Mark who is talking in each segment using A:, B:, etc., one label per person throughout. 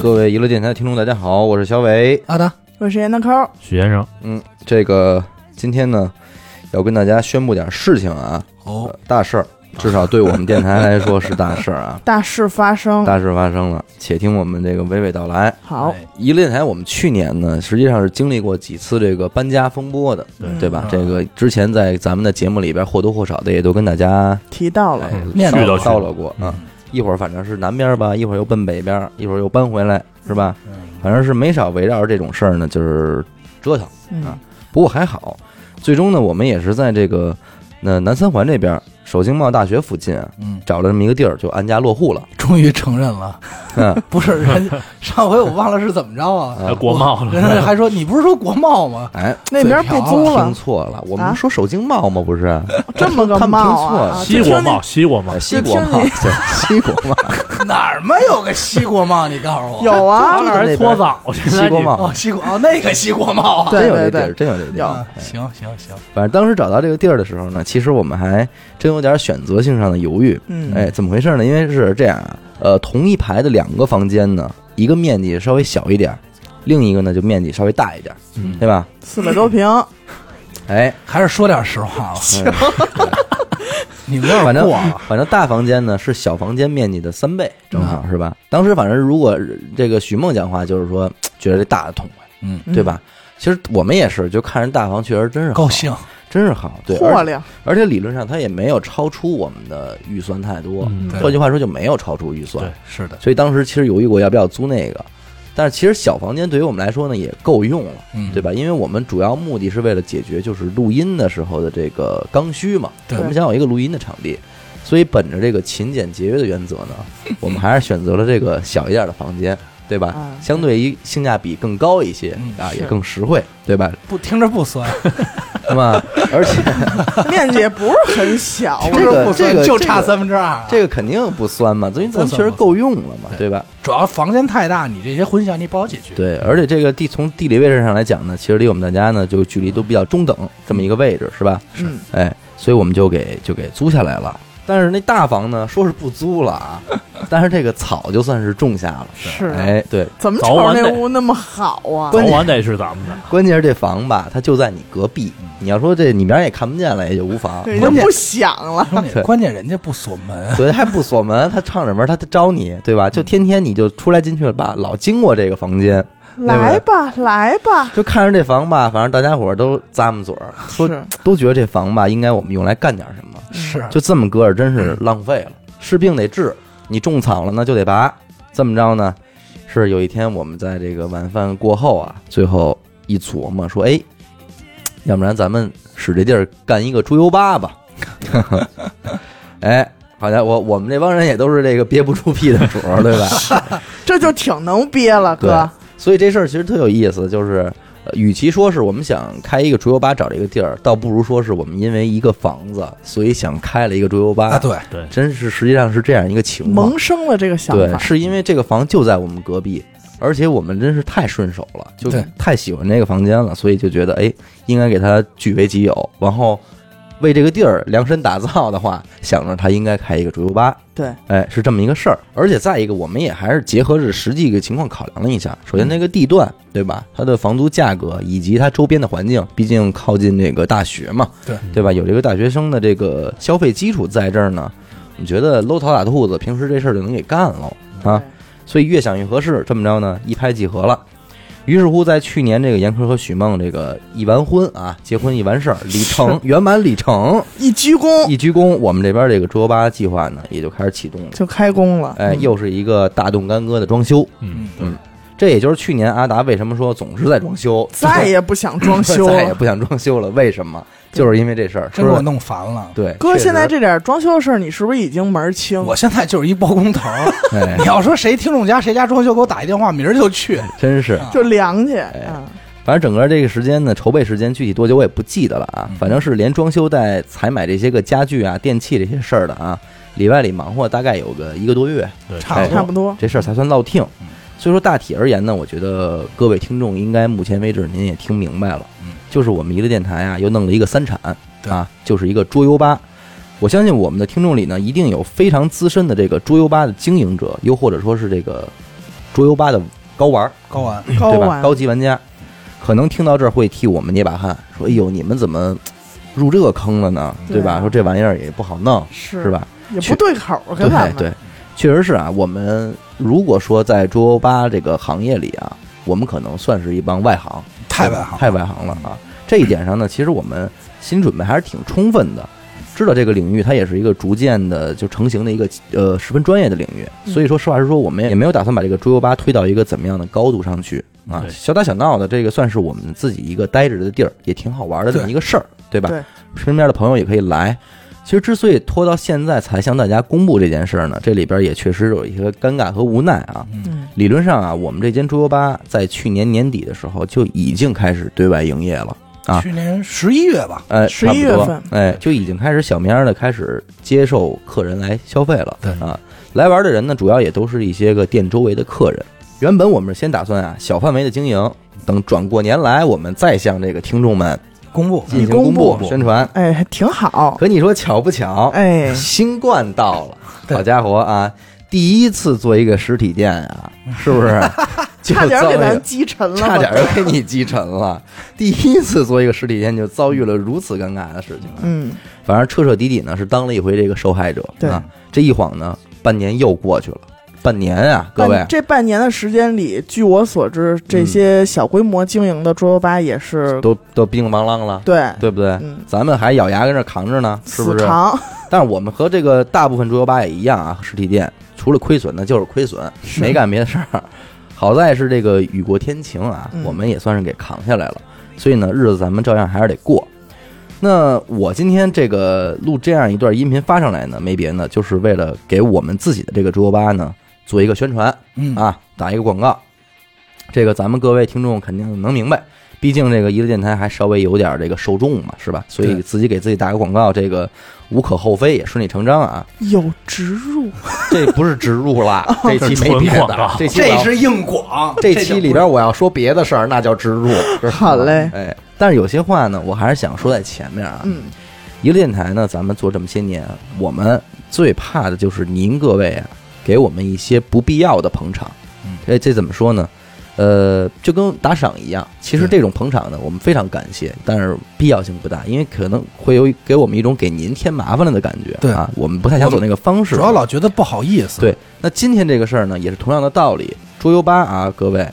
A: 各位娱乐电台的听众，大家好，我是小伟。
B: 好的，
C: 我是闫德抠儿，，
D: 许先生，
A: 嗯，这个今天呢，要跟大家宣布点事情啊，
B: 哦，
A: 大事儿，至少对我们电台来说是大事儿啊
C: 大事发生。
A: 大事发生了，且听我们这个娓娓道来。
C: 好，
B: 哎
A: 娱乐电台我们去年呢，实际上是经历过几次这个搬家风波的，
C: 嗯
A: 对吧？
B: 嗯
A: 这个之前在咱们的节目里边或多或少的也都跟大家
C: 提到了
A: 哎，
B: 面
A: 叨
D: 絮叨絮
A: 叨叨过啊。一会儿反正是南边吧，一会儿又奔北边，一会儿又搬回来，是吧？
B: 嗯，
A: 反正是没少围绕着这种事儿呢，就是折腾。
C: 嗯
A: 啊，不过还好，最终呢，我们也是在这个那南三环这边首经贸大学附近啊
B: 嗯，
A: 找了这么一个地儿，就安家落户了。
B: 终于承认了，
A: 嗯，
B: 不是人家，上回我忘了是怎么着 啊，
D: 哎
A: 啊
D: 国贸
B: 人
D: 了，
B: 家还说你不是说国贸吗？
A: 哎，
C: 那边不租
A: 听
C: 了，
A: 错了，我们
C: 啊
A: 说首经贸吗？不是，
C: 这么 个
A: 他们听
C: 帽
A: 错了
C: 啊，
D: 西国贸，西国贸
A: 哎，西国贸，
C: 就听
A: 对，西国贸，
B: 哪儿嘛有个西国贸？你告诉我，
C: 有啊
D: 他，哪儿还搓澡去？
A: 西国贸，
B: 哦，西国哦，那个西国贸 啊。
C: 对
A: 真有
C: 对
A: 这地儿，
C: 对，
A: 真有这地儿
C: 有。
B: 啊行行行，
A: 反正当时找到这个地儿的时候呢，其实我们还真有点选择性上的犹豫。
C: 嗯，
A: 哎，怎么回事呢？因为是这样啊，呃，同一排的两个房间呢，一个面积稍微小一点儿，另一个呢就面积稍微大一点儿，
D: 嗯
A: 对吧？
C: 四百多平，
A: 哎，
B: 还是说点实 话吧，
A: 嗯
B: 你们有点
A: 反正
B: 过啊。
A: 反正大房间呢是小房间面积的三倍，正
B: 嗯
A: 好是吧？当时反正如果这个许梦讲话，就是说觉得这大的痛快，
B: 嗯，
C: 嗯
A: 对？吧？其实我们也是，就看人大房确实真是好
B: 高兴，
A: 真是好， 对，
C: 豁
A: 而且
C: 亮，
A: 而且理论上它也没有超出我们的预算太多，
D: 嗯
B: 对
A: 换句话说就没有超出预算
D: 对，
B: 是的，
A: 所以当时其实犹豫过要不要租那个，但是其实小房间对于我们来说呢也够用了，
B: 嗯，
A: 对？吧？因为我们主要目的是为了解决就是录音的时候的这个刚需嘛，
B: 对
A: 我们想有一个录音的场地，所以本着这个勤俭节约的原则 呢，我们还是选择了这个小一点的房间，对吧？
C: 嗯
A: 相对于性价比更高一些
B: 嗯
A: 啊，
C: 是
A: 也更实惠，对吧？
B: 不听着不酸，
A: 那么 而且
C: 面积也不是很小，啊 我
A: 这
B: 听
A: 个
B: 着不酸
A: 这个
B: 就差
A: 这个
B: 三分之二。啊
A: 这个肯定不酸嘛，因为咱们
B: 不酸
A: 确实
B: 不酸
A: 够用了嘛，
B: 对
A: 对吧？
B: 主要房间太大，你这些混响你不好解决。
A: 对，而且这个地从地理位置上来讲呢，其实离我们大家呢就距离都比较中等这么一个位置，是吧？
C: 嗯，
A: 哎，所以我们就给就给租下来了。但是那大房呢，说是不租了啊，但是这个草就算是种下了。
C: 是啊，
A: 哎，对，
C: 怎么
D: 早
C: 瞅
D: 晚
C: 那
D: 得
C: 屋那么好啊？
A: 关
D: 早
A: 键
D: 晚得是咱们的，
A: 关键是这房吧，它就在你隔壁。你要说这里面也看不见了，也就无妨。
C: 对，就
B: 关键
C: 不想了，
B: 兄弟
A: 对，
B: 关键人家不锁门，
A: 对，还不锁门，他唱着门，他招你，对吧？就天天你就出来进去了吧，老经过这个房间，对吧
C: 来吧，来吧，
A: 就看着这房吧，反正大家伙儿都咂摸嘴儿，说
C: 是
A: 都觉得这房吧应该我们用来干点什么。
B: 是
A: 嗯就这么搁着，真是浪费了。是病得治，你种草了呢就得拔。这么着呢，是有一天我们在这个晚饭过后啊，最后一琢磨说，哎，要不然咱们使这劲儿干一个猪油粑吧。 哎，好家伙，我我们这帮人也都是这个憋不住屁的主儿，对吧？
C: 这就挺能憋了，哥，
A: 所以这事儿其实特有意思，就是。呃与其说是我们想开一个猪油吧找这个地儿，倒不如说是我们因为一个房子，所以想开了一个猪油吧。
B: 啊，对，
D: 对，
A: 真是实际上是这样一个情况
C: 萌。生了这个想
A: 对，
C: 法，
A: 是因为这个房就在我们隔壁，而且我们真是太顺手了，就
B: 对
A: 太喜欢这个房间了，所以就觉得哎，应该给它据为己有，然后为这个地儿量身打造的话，想着它应该开一个猪油吧。
C: 对，
A: 哎，是这么一个事儿。而且再一个，我们也还是结合着实际一个情况考量了一下。首先，那个地段，对吧？它的房租价格以及它周边的环境，毕竟靠近这个大学嘛，
B: 对
A: 对吧？有这个大学生的这个消费基础在这儿呢，你觉得搂草打兔子，平时这事儿就能给干了啊？所以越想越合适，这么着呢，一拍即合了。于是乎，在去年这个严科和许梦这个一完婚啊，结婚一完事儿，礼成圆满礼成，
C: 一鞠躬
A: 一鞠躬，我们这边这个桌吧计划呢也就开始启动了。
C: 就开工了，
A: 哎，又是一个大动干戈的装修，
D: 嗯，
A: 这也就是去年阿达为什么说总是在装修，
C: 再也不想装 修
A: 再也
C: 了。
A: 不想装修了，为什么？就是因为这事儿，
B: 真给
A: 说
B: 我
A: 是
B: 弄烦了。
A: 对，
C: 哥，
A: 哎确实
C: 现在这点装修的事儿，你是不是已经门儿清？
B: 我现在就是一包工头儿，
A: 哎
B: 你，要说谁听众家谁家装修，给我打一电话，明儿就去。
A: 真 是，
C: 就量去，
A: 哎
C: 嗯
A: 反正整个这个时间呢，筹备时间具体多久我也不记得了啊
B: 嗯，
A: 反正是连装修带采买这些个家具啊、电器这些事儿的啊，里外里忙活大概有个一个多月，
D: 对，
B: 差
C: 差
B: 不
C: 不
B: 多，
C: 多。
A: 这事儿才算落听
B: 嗯。
A: 所以说大体而言呢，我觉得各位听众应该目前为止您也听明白了
B: 嗯，
A: 就是我们娱乐电台啊又弄了一个三产
B: 对
A: 啊，就是一个桌游吧。我相信我们的听众里呢，一定有非常资深的这个桌游吧的经营者，又或者说是这个桌游吧的高玩儿，
B: 高玩，
C: 高
A: 对吧？
C: 玩
A: 高级玩家，可能听到这儿会替我们捏把汗，说：“哎呦，你们怎么入这个坑了呢？
C: 对
A: 对吧？说这玩意儿也不好弄，
C: 是
A: 是？吧
C: 也
A: 去
C: 不对口儿？”
A: 对
C: 跟咱们
A: 对，确实是啊。我们如果说在桌游吧这个行业里啊，我们可能算是一帮外行，
B: 太外行，
A: 太外行了啊！这一点上呢，其实我们心理准备还是挺充分的，知道这个领域它也是一个逐渐的就成型的一个呃十分专业的领域，
C: 嗯
A: 所以说实话实说，我们也没有打算把这个桌游吧推到一个怎么样的高度上去啊
D: 对，
A: 小打小闹的这个算是我们自己一个待着的地儿，也挺好玩的这么一个事儿，对吧
C: 对？
A: 身边的朋友也可以来。其实之所以拖到现在才向大家公布这件事儿呢，这里边也确实有一些尴尬和无奈啊。
C: 嗯，
A: 理论上啊，我们这间桌游吧在去年年底的时候就已经开始对外营业了，啊
B: 去年十一月吧，
A: 呃，
C: 11
A: 差不多
C: 月份
A: 哎，就已经开始小明儿的开始接受客人来消费了。
B: 对
A: 啊，来玩的人呢，主要也都是一些个店周围的客人。原本我们是先打算啊小范围的经营，等转过年来我们再向这个听众们
B: 公布
A: 进行
C: 公布
A: 布宣传。
C: 哎，还挺好。
A: 可你说巧不巧？
C: 哎，
A: 新冠到了，
B: 对
A: 好家伙啊！第一次做一个实体店啊，是不 是？就
C: 差点儿
A: 遭
C: 给
A: 遇了
C: 咱击沉 了，
A: 差点儿就给你击沉了。第一次做一个实体店，就遭遇了如此尴尬的事情。
C: 嗯，
A: 反正彻彻底底呢是当了一回这个受害者。
C: 对
A: 啊，这一晃呢，半年又过去了。半年啊，各位嗯
C: 半，这半年的时间里，据我所知，这些小规模经营的桌游吧也是
A: 都都叮当啷啷了，
C: 对，
A: 对不对？
C: 嗯，
A: 咱们还咬牙跟这扛着呢，是不
C: 死
A: 是？
C: 扛，
A: 但是我们和这个大部分桌游吧也一样啊，实体店除了亏损呢就是亏损，没干别的事儿。好在是这个雨过天晴啊，
C: 嗯
A: 我们也算是给扛下来了。所以呢，日子咱们照样还是得过。那我今天这个录这样一段音频发上来呢，没别的，就是为了给我们自己的这个桌游吧呢做一个宣传
B: 嗯，
A: 啊，打一个广告。这个咱们各位听众肯定能明白，毕竟这个一个电台还稍微有点这个受众嘛，是吧？所以
B: 对
A: 自己给自己打个广告，这个无可厚非，也顺理成章啊。
C: 有植入，
A: 这不是植入啦，这期没别
D: 这是纯广
A: 的
D: 告，
A: 这期
B: 这
A: 老
B: 是硬广，
A: 啊这期里边我要说别的事儿，那叫植入。知道吗
C: 好嘞
A: 哎，但是有些话呢，我还是想说在前面啊。
C: 嗯，
A: 一个电台呢，咱们做这么些年，我们最怕的就是您各位啊，给我们一些不必要的捧场
B: 嗯。
A: 这这怎么说呢？呃，就跟打赏一样，其实
B: 对
A: 这种捧场呢，我们非常感谢，但是必要性不大，因为可能会有给我们一种给您添麻烦了的感觉。
B: 对
A: 啊，我们不太想走那个方式。
B: 主要老觉得不好意思，
A: 对，那今天这个事儿呢，也是同样的道理。桌游吧啊，各位，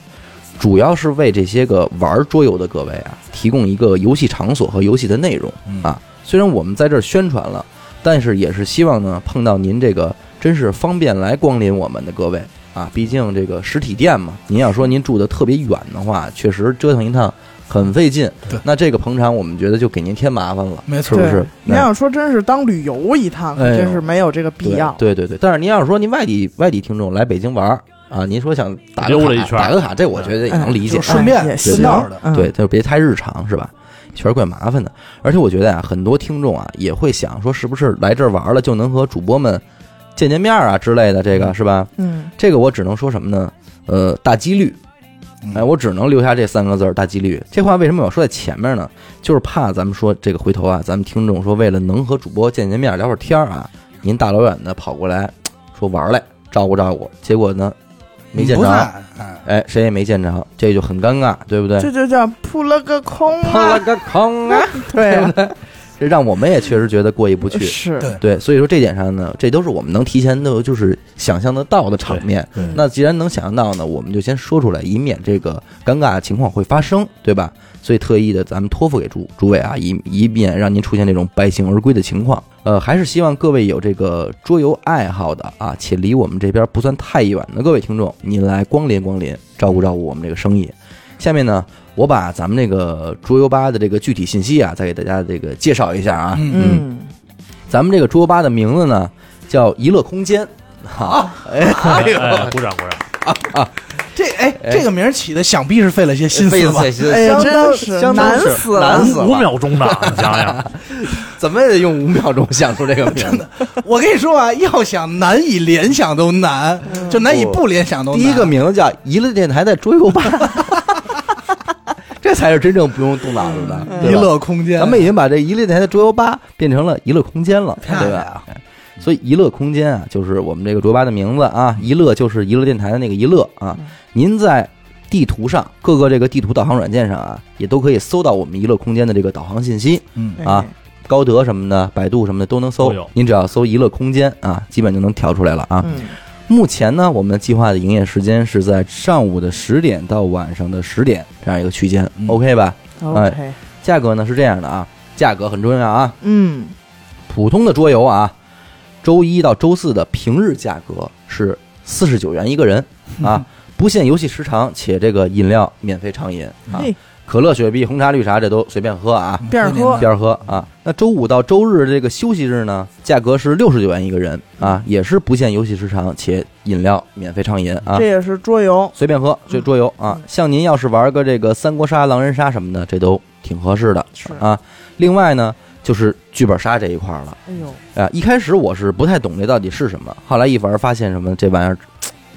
A: 主要是为这些个玩桌游的各位啊，提供一个游戏场所和游戏的内容
B: 嗯
A: 啊。虽然我们在这儿宣传了，但是也是希望呢，碰到您这个真是方便来光临我们的各位啊。毕竟这个实体店嘛，您要说您住的特别远的话，确实折腾一趟很费劲
B: 对。
A: 那这个捧场，我们觉得就给您添麻烦了。
B: 没
A: 是
B: 错
A: 不
C: 对，
A: 是哎
C: 你
A: 那
C: 要说真是当旅游一趟，可
A: 哎呦
C: 真是没有这个必要。
A: 对对对，对但是您要是说您外地外地听众来北京玩儿啊，您说想打个
D: 溜达
A: 卡
D: 一圈儿
A: 打个卡，这我觉得也能理解
B: 就。顺便
C: 哎也
A: 顺
C: 行
B: 道的，
C: 嗯
A: 对，，就别太日常是吧？确实怪麻烦的。而且我觉得啊，很多听众啊也会想说，是不是来这儿玩儿了就能和主播们见见面儿啊之类的，这个是吧？
C: 嗯，
A: 这个我只能说什么呢？呃，大几率。
B: 嗯
A: 哎，我只能留下这三个字儿“大几率”。这话为什么我说在前面呢？就是怕咱们说这个回头啊，咱们听众说为了能和主播见见面聊会儿天儿啊，您大老远的跑过来说玩儿来照顾照顾，结果呢没见
B: 不
A: 着，
B: 在，哎，
A: 哎，谁也没见着，这就很尴尬，对不对？
C: 这就叫扑了个空
A: 碰哎了
C: 啊，
A: 个坑啊！
C: 对啊，
A: 这让我们也确实觉得过意不去。
C: 是，
B: 对
A: 对，所以说这点上呢，这都是我们能提前的，就是想象得到的场面。
D: 对
A: 那既然能想象到呢，我们就先说出来，以免这个尴尬的情况会发生，对吧？所以特意的，咱们托付给诸诸位啊，以以免让您出现这种败兴而归的情况。呃，还是希望各位有这个桌游爱好的啊，且离我们这边不算太远的各位听众，您来光临光临，照顾照顾我们这个生意。下面呢，我把咱们这个桌游吧的这个具体信息啊，再给大家这个介绍一下啊。
B: 嗯，
C: 嗯，
A: 咱们这个桌游吧的名字呢，叫一乐空间。啊，
D: 哎哎鼓掌鼓掌，
B: 这哎这个名儿起的想必是费了些心
A: 费
B: 思吧，
A: 费心
C: 哎呀
A: 相当
C: 真是
A: 相当
C: 难
A: 是
C: 死啊 了
A: 难死
D: 五秒钟的，你想想，
A: 怎么也得用五秒钟想出这个名字。
B: 我跟你说啊，要想难以联想都难，就难以不联想都难。
A: 第一个名字叫“娱乐电台”在追游 吧，这才是真正不用动脑子的。
B: 娱
C: 嗯
A: 对吧，
B: 乐空间，
A: 咱们已经把这“娱乐电台”的桌游吧变成了“娱乐空间”了，
B: 漂
A: 嗯对啊吧？所以“娱乐空嗯间”啊，就是我们这个桌吧的名字啊。“娱乐”就是娱乐电台的那个“娱乐”啊。您在地图上各个这个地图导航软件上啊，也都可以搜到我们娱乐空间的这个导航信息，
B: 嗯
C: 哎
A: 啊，高德什么的、百度什么的都能搜
D: 都有。
A: 您只要搜娱乐空间啊，基本就能调出来了啊。
C: 嗯，
A: 目前呢，我们计划的营业时间是在上午的十点到晚上的十点这样一个区间、
B: 嗯
A: o k 吧？
C: ，OK，
A: 价格呢是这样的啊，价格很重要啊。
C: 嗯，
A: 普通的桌游啊，周一到周四的平日价格是四十九元一个人啊，不限游戏时长，且这个饮料免费畅饮啊
C: 嘿，
A: 可乐、雪碧、红茶、绿茶这都随便喝啊，
C: 边儿喝
A: 边儿喝啊。那周五到周日这个休息日呢，价格是六十九元一个人啊，也是不限游戏时长，且饮料免费畅饮啊
C: 这。也是桌游，
A: 随便喝，这桌游啊
C: 嗯，
A: 像您要是玩个这个三国杀、狼人杀什么的，这都挺合适的
C: 是
A: 啊。另外呢，就是剧本杀这一块儿了。
C: 哎呦，
A: 啊，一开始我是不太懂这到底是什么，后来一玩发现什么这玩意儿嘖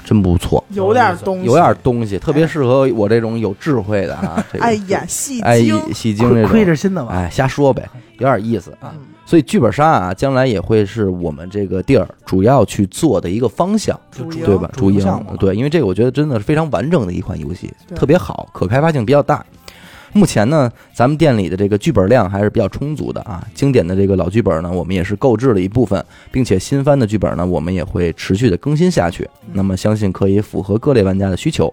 A: 真不错，
C: 有点东西，
A: 有点东西，特别
C: 哎
A: 适合我这种有智慧的啊。这个
C: 哎呀，，戏
A: 哎
C: 精，，
A: 戏精这
B: 亏亏
A: 种，
B: 着心的吧？
A: 哎，瞎说呗，有点意思啊。
C: 嗯
A: 所以剧本杀啊，将来也会是我们这个地儿主要去做的一个方向，
C: 主营
A: 对吧？
B: 主
A: 主
B: 营
A: 营
B: 项目
A: 对，因为这个我觉得真的是非常完整的一款游戏，
C: 对
A: 特别好，可开发性比较大。目前呢，咱们店里的这个剧本量还是比较充足的啊。经典的这个老剧本呢，我们也是购置了一部分，并且新番的剧本呢，我们也会持续的更新下去。
B: 嗯
A: 那么相信可以符合各类玩家的需求。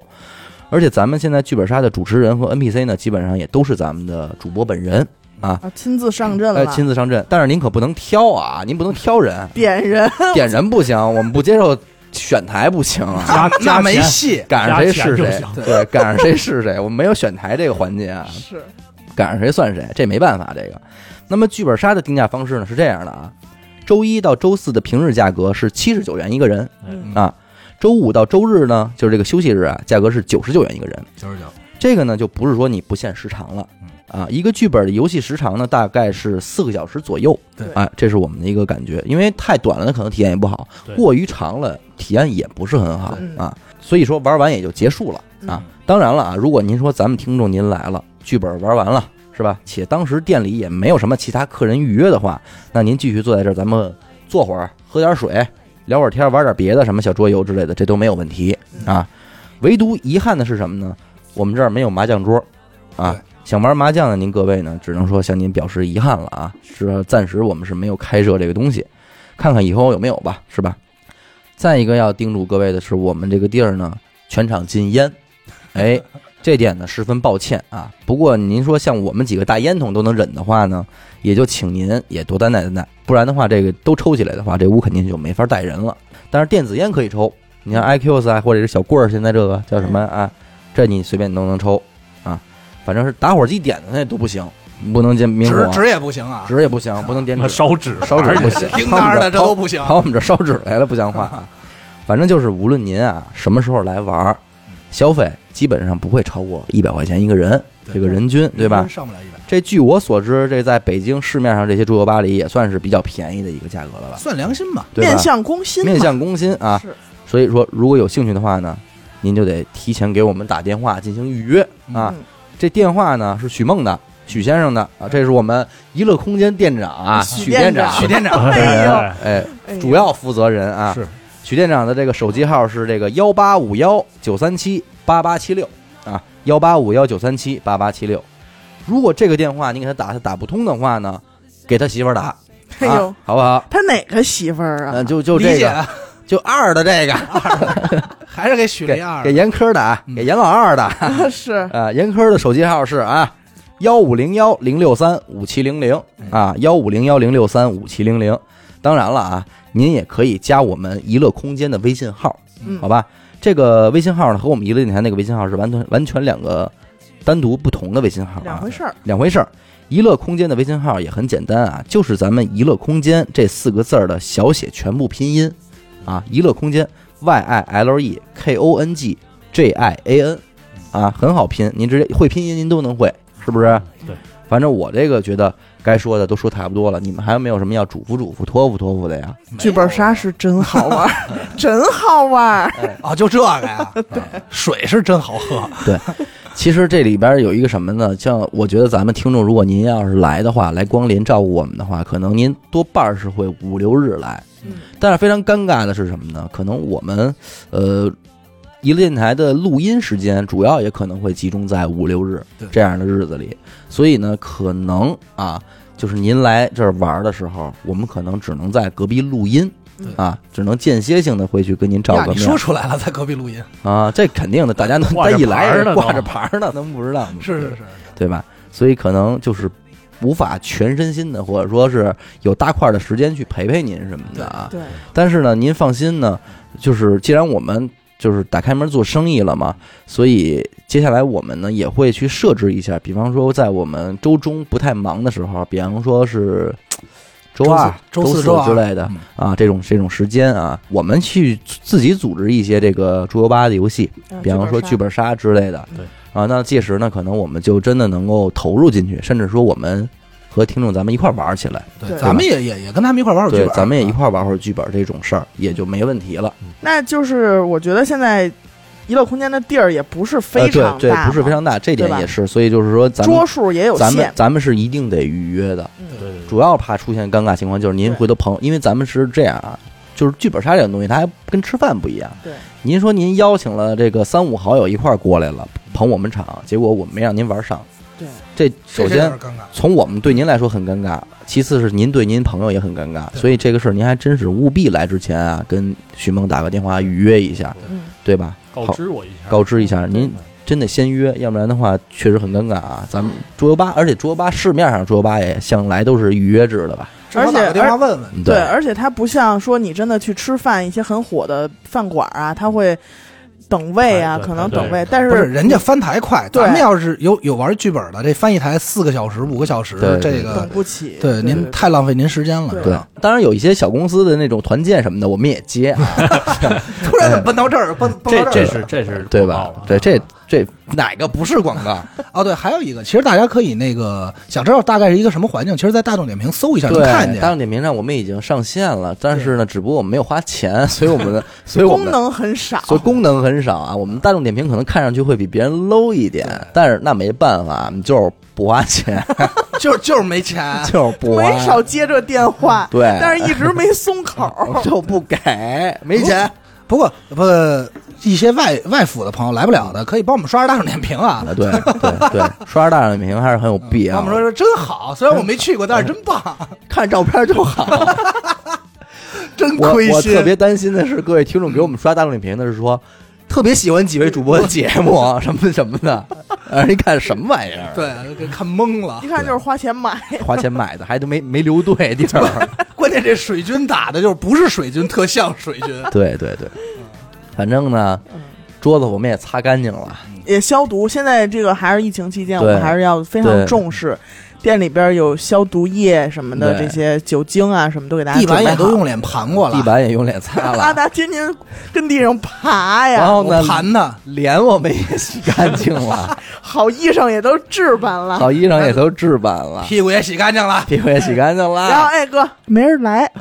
A: 而且咱们现在剧本杀的主持人和 NPC 呢，基本上也都是咱们的主播本人，
C: 啊，亲自上阵
A: 呃，
C: 了，
A: 亲自上阵。但是您可不能挑啊，您不能挑人，
C: 点人，
A: 点人不行，我们不接受选台不行啊。
D: 加
B: 那
D: 加
B: 没
D: 钱
B: 戏，
A: 赶上谁是谁
D: 加钱就，
A: 对，赶上谁是谁，我们没有选台这个环节啊，
C: 是
A: 赶上谁算谁，这没办法这个。那么剧本杀的定价方式呢是这样的啊，周一到周四的平日价格是七十九元一个人
D: 哎
C: 嗯
A: 啊，周五到周日呢就是这个休息日啊，价格是九十九元一个人。
B: 九十嗯九，
A: 这个呢就不是说你不限时长了啊，一个剧本的游戏时长呢大概是四个小时左右，
B: 对
A: 啊，这是我们的一个感觉，因为太短了可能体验也不好，
D: 对
A: 过于长了体验也不是很好
C: 对
A: 啊，所以说玩完也就结束了
B: 嗯
A: 啊。当然了啊，如果您说咱们听众您来了，剧本玩完了是吧？且当时店里也没有什么其他客人预约的话，那您继续坐在这儿，咱们坐会儿，喝点水，聊会儿天，玩点别的，什么小桌游之类的，这都没有问题啊。唯独遗憾的是什么呢？我们这儿没有麻将桌啊
B: 对。
A: 想玩麻将的您各位呢，只能说向您表示遗憾了啊，是暂时我们是没有开设这个东西，看看以后有没有吧，是吧？再一个要叮嘱各位的是，我们这个地儿呢，全场禁烟，哎，这点呢十分抱歉啊。不过您说像我们几个大烟筒都能忍的话呢，也就请您也多担待担待，不然的话，这个都抽起来的话，这屋肯定就没法带人了。但是电子烟可以抽，你像 IQ 啊，或者是小棍儿，现在这个叫什么啊？这你随便都能抽啊，反正是打火机点的那都不行，不能点明火
B: 纸，纸也不行啊，
A: 纸也不行，不能点
D: 那
A: 纸，
D: 烧纸
A: 烧纸
D: 玩儿
A: 不行，
B: 叮当的这都不行。
A: 跑我们这烧纸来了，不像话啊！反正就是无论您啊什么时候来玩儿，消费基本上不会超过一百块钱一个人，
B: 对
A: 这个人均对吧？
B: 上不了一百，
A: 这据我所知，这在北京市面上这些桌游吧里也算是比较便宜的一个价格了吧？
B: 算良心吧。
A: 对吧
C: 面？向攻心 嘛，
A: 面向攻心啊，
C: 是
A: 所以说如果有兴趣的话呢，您就得提前给我们打电话进行预约啊。
C: 嗯
A: 这电话呢是许梦的，许先生的啊，这是我们娱乐空间店长啊，
C: 许
A: 许店
C: 店
A: 长
C: 长
B: 许，店长，
C: 哎呦
D: 哎
A: 哎，
C: 哎呀
A: 主要负责人啊。
D: 是
A: 许店长的这个手机号是这个幺八五幺九三七八八七六啊，幺八五幺九三七八八七六。如果这个电话你给他打，他打不通的话呢，给他媳妇儿打，
C: 哎
A: 啊
C: 呦，
A: 好不好？
C: 他哪个媳妇儿
A: 嗯、
C: 啊？
A: 就就
B: 理
A: 这
B: 解
A: 个，
B: 啊，
A: 就二的这个，
B: 还是给许
A: 给
B: 雷二
A: 给严科打，
B: 嗯
A: 给严老二打。
C: 是
A: 啊，严科的手机号是啊幺五零幺零六三五七零零啊幺五零幺零六三五七零零。当然了啊，您也可以加我们娱乐空间的微信号，
C: 嗯
A: 好吧？这个微信号呢和我们娱乐电台那个微信号是完全完全两个单独不同的微信号、啊，
C: 两回事儿，
A: 两回事儿。娱乐空间的微信号也很简单啊，就是咱们“娱乐空间”这四个字儿的小写全部拼音啊，“娱乐空间 ”y i l e k o n g j i a n 啊，很好拼，您直接会拼音您都能会，是不是？
D: 对，
A: 反正我这个觉得该说的都说差不多了，你们还有没有什么要嘱咐嘱咐、托付托付的呀？
C: 剧本杀是真好玩儿， 真好玩儿，
B: 啊，就这个呀。啊水是真好喝，
A: 其实这里边有一个什么呢？像我觉得咱们听众，如果您要是来的话，来光临照顾我们的话，可能您多半儿是会五六日来
C: 嗯。
A: 但是非常尴尬的是什么呢？可能我们呃一个电台的录音时间主要也可能会集中在五六日
B: 对
A: 这样的日子里，所以呢，可能啊，就是您来这儿玩的时候，我们可能只能在隔壁录音
C: 对。
A: 啊，只能间歇性的回去跟您照
B: 呀，
A: 个
B: 你
A: 面
B: 说出来了，在隔壁录音，
A: 啊，这肯定的，大家能
D: 挂着
A: 他一
D: 牌
A: 来
D: 儿呢
A: 挂
D: 都
A: 着牌儿呢，能不知道吗？
B: 是是是，
A: 对吧？所以可能就是无法全身心的，或者说是有大块儿的时间去陪陪您什么的啊。
C: 对，
A: 但是呢，您放心呢，就是既然我们就是打开门做生意了嘛，所以接下来我们呢也会去设置一下，比方说在我们周中不太忙的时候，比方说是周二、
B: 周
A: 四
B: 四周四
A: 之类的
B: 嗯
A: 啊，这种这种时间啊，我们去自己组织一些这个桌游吧的游戏，
C: 嗯
A: 比方说剧
C: 本
A: 本杀之类的。
D: 对
A: 啊，那届时呢，可能我们就真的能够投入进去，甚至说我们和听众咱们一块儿玩儿起来，
B: 对，
C: 对
B: 咱们也也也跟他们一块玩会儿啊剧
A: 对，
B: 本，
A: 咱们也一块儿玩会儿剧本这种事儿也就没问题了。
C: 杀，那就是我觉得现在娱乐空间的地儿也不是非常大嘛、
A: 呃、对对，不是非常大，这点
C: 对吧
A: 也是。所以就是说，咱
C: 桌
A: 们
C: 数也有
A: 咱们
C: 限，
A: 咱们是一定得预约的，
C: 嗯
D: 对对对，
A: 主要怕出现尴尬情况，就是您
C: 对
A: 回头朋友，因为咱们是这样啊，就是剧本杀这种东西，它还跟吃饭不一样。
C: 对，
A: 您说您邀请了这个三五好友一块儿过来了，捧我们场，结果我们没让您玩上，
C: 对，
A: 这
B: 这
A: 首
B: 事
A: 先
B: 儿尴尬，
A: 从我们对您来说很尴尬，其次是您对您朋友也很尴尬，
B: 对
A: 所以这个事儿您还真是务必来之前啊，跟徐梦打个电话预约一下，
C: 嗯，
A: 对吧？
D: 告知我一下，
A: 告知一下，您真得先约，要不然的话确实很尴尬啊。咱们桌游吧，而且桌游吧市面上桌游吧也向来都是预约制的吧？
B: 正好打个电话问问，
A: 嗯
C: 对，而且它不像说你真的去吃饭，一些很火的饭馆啊，它会等位
A: 哎
C: 啊，
D: 排队
C: 可能
D: 排队
C: 等位，但
B: 不是
C: 是
B: 人家翻台快，
C: 对
B: 咱们要是有有玩剧本的，这翻一台四个小时、五个小时
A: 对，对
B: 这
C: 等
B: 个
C: 不起。
B: 对您太浪费您时间了，
C: 对
B: 是
A: 对
B: 吧，
A: 当然有一些小公司的那种团建什么的，我们也接啊，
B: 突然怎么奔到这儿，奔奔
D: 这
B: 到
D: 这
B: 儿
D: 是
B: 了
D: 这是
A: 对
D: 广
A: 吧
D: 告了？
A: 对，这这哪个不是广告？
B: 哦，对，还有一个，其实大家可以那个想知道大概是一个什么环境，其实，在大众点评搜一下能
A: 对，
B: 看
A: 大
B: 见。
A: 众点评上我们已经上线了，但是呢，只不过我们没有花钱，所以我们的，所以我
C: 功
A: 们。
C: 能很少，
A: 所以功能很少啊，我们大众点评可能看上去会比别人 low 一点，但是那没办法，我们就是不花 钱，
B: 就是就是没钱
A: 就是不花
C: 没少接这电话，
A: 啊对。
C: 但是一直没松口
A: 就不给， 没 钱。
B: 不过不，一些外外府的朋友来不了的，可以帮我们刷刷大众点评啊。
A: 啊，对对对，刷刷大众点评还是很有必
B: 帮
A: 要
B: 我们说
A: 的。
B: 说真好，虽然我没去过，但是真棒，
A: 看照片就好。
B: 真
A: 我
B: 亏
A: 我
B: 心。
A: 特别担心的是，各位听众给我们刷大众点评的是说，特别喜欢几位主播的节目啊什么什么 的，呃，你看什么玩意儿？
B: 对，给看懵了
C: 一。看就是花钱买，
A: 花钱买的，还都没没留对地儿。
B: 关键这水军打的就是不是水军，特像水军。
A: 对对对，反正呢，桌子我们也擦干净了。
C: 也呃消毒。现在这个还是疫情期间，我
A: 对
C: 们还是要非常
A: 对
C: 重视。店里边有消毒液什么的，
A: 对
C: 这些酒精啊什么都给大家
B: 地
C: 准
B: 板
C: 备
B: 也都
C: 好。
B: 用脸盘过了，
A: 地板也用脸 擦
C: 阿
A: 了，
C: 达天天跟地上爬
A: 然
C: 呀，
A: 后呢
B: 我，盘 的。
A: 脸我们也洗干净了，
C: 好衣裳也都置办了。
A: 好衣裳也都置办 了，
B: 屁股也洗干净了，
A: 屁股也洗干净
C: 然后
A: 了。
C: 哎哥，没人来，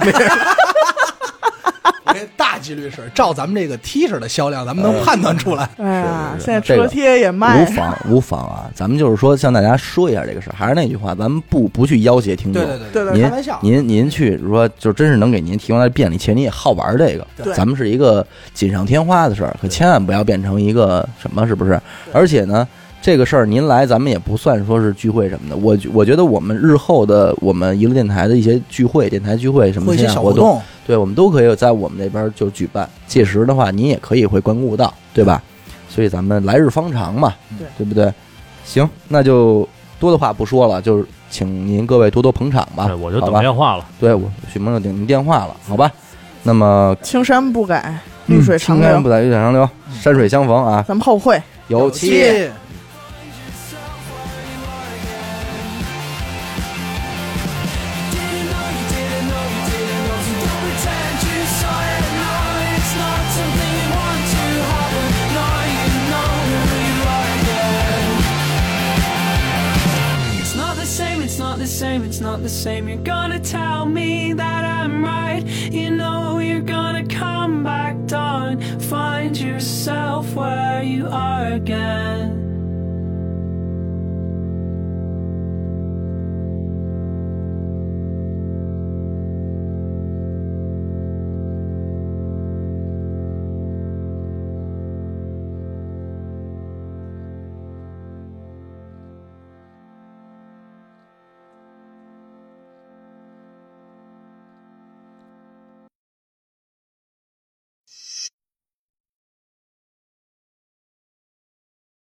B: 我跟大几率是照咱们这个 T 恤的销量，咱们
A: 呃
B: 能判断出来。
C: 哎呀，
A: 是是是
C: 现在
A: 这个
C: 车贴也
A: 无
C: 卖，
A: 妨无妨啊，咱们就是说向大家说一下这个事儿，还是那句话，咱们不不去要挟听众
B: 对。对
C: 对对
A: 您
B: 开玩笑
A: 您您去说，就真是能给您提供来便利，且您也好玩这个，
C: 对
A: 咱们是一个锦上添花的事儿，可千万不要变成一个什么，是不是？而且呢，这个事儿您来，咱们也不算说是聚会什么的。我觉我觉得我们日后的我们娱乐电台的一些聚会、电台聚会什么
B: 会一
A: 线
B: 些
A: 下
B: 小
A: 活
B: 活
A: 动，
B: 动，
A: 对我们都可以在我们那边就举办。届时的话，您也可以会光顾到，对吧？
B: 嗯
A: 所以咱们来日方长嘛，
C: 对
A: 对不对？行，那就多的话不说了，就是请您各位多多捧场吧。
D: 对我就
A: 好
D: 等
A: 吧。
D: 电话了。
A: 对我许梦就顶您电话了，好吧？那么
C: 青山不改，绿水
A: 嗯
C: 长
A: 青山
C: 流。
A: 不改，绿水长流，山水相逢啊，
C: 咱们后会。
A: 有期。
E: Something you want to happen Now you know who you are again it's not the same, it's not the same, it's not the same. You're gonna tell me that I'm right. You know you're gonna come back down, find yourself where you are again.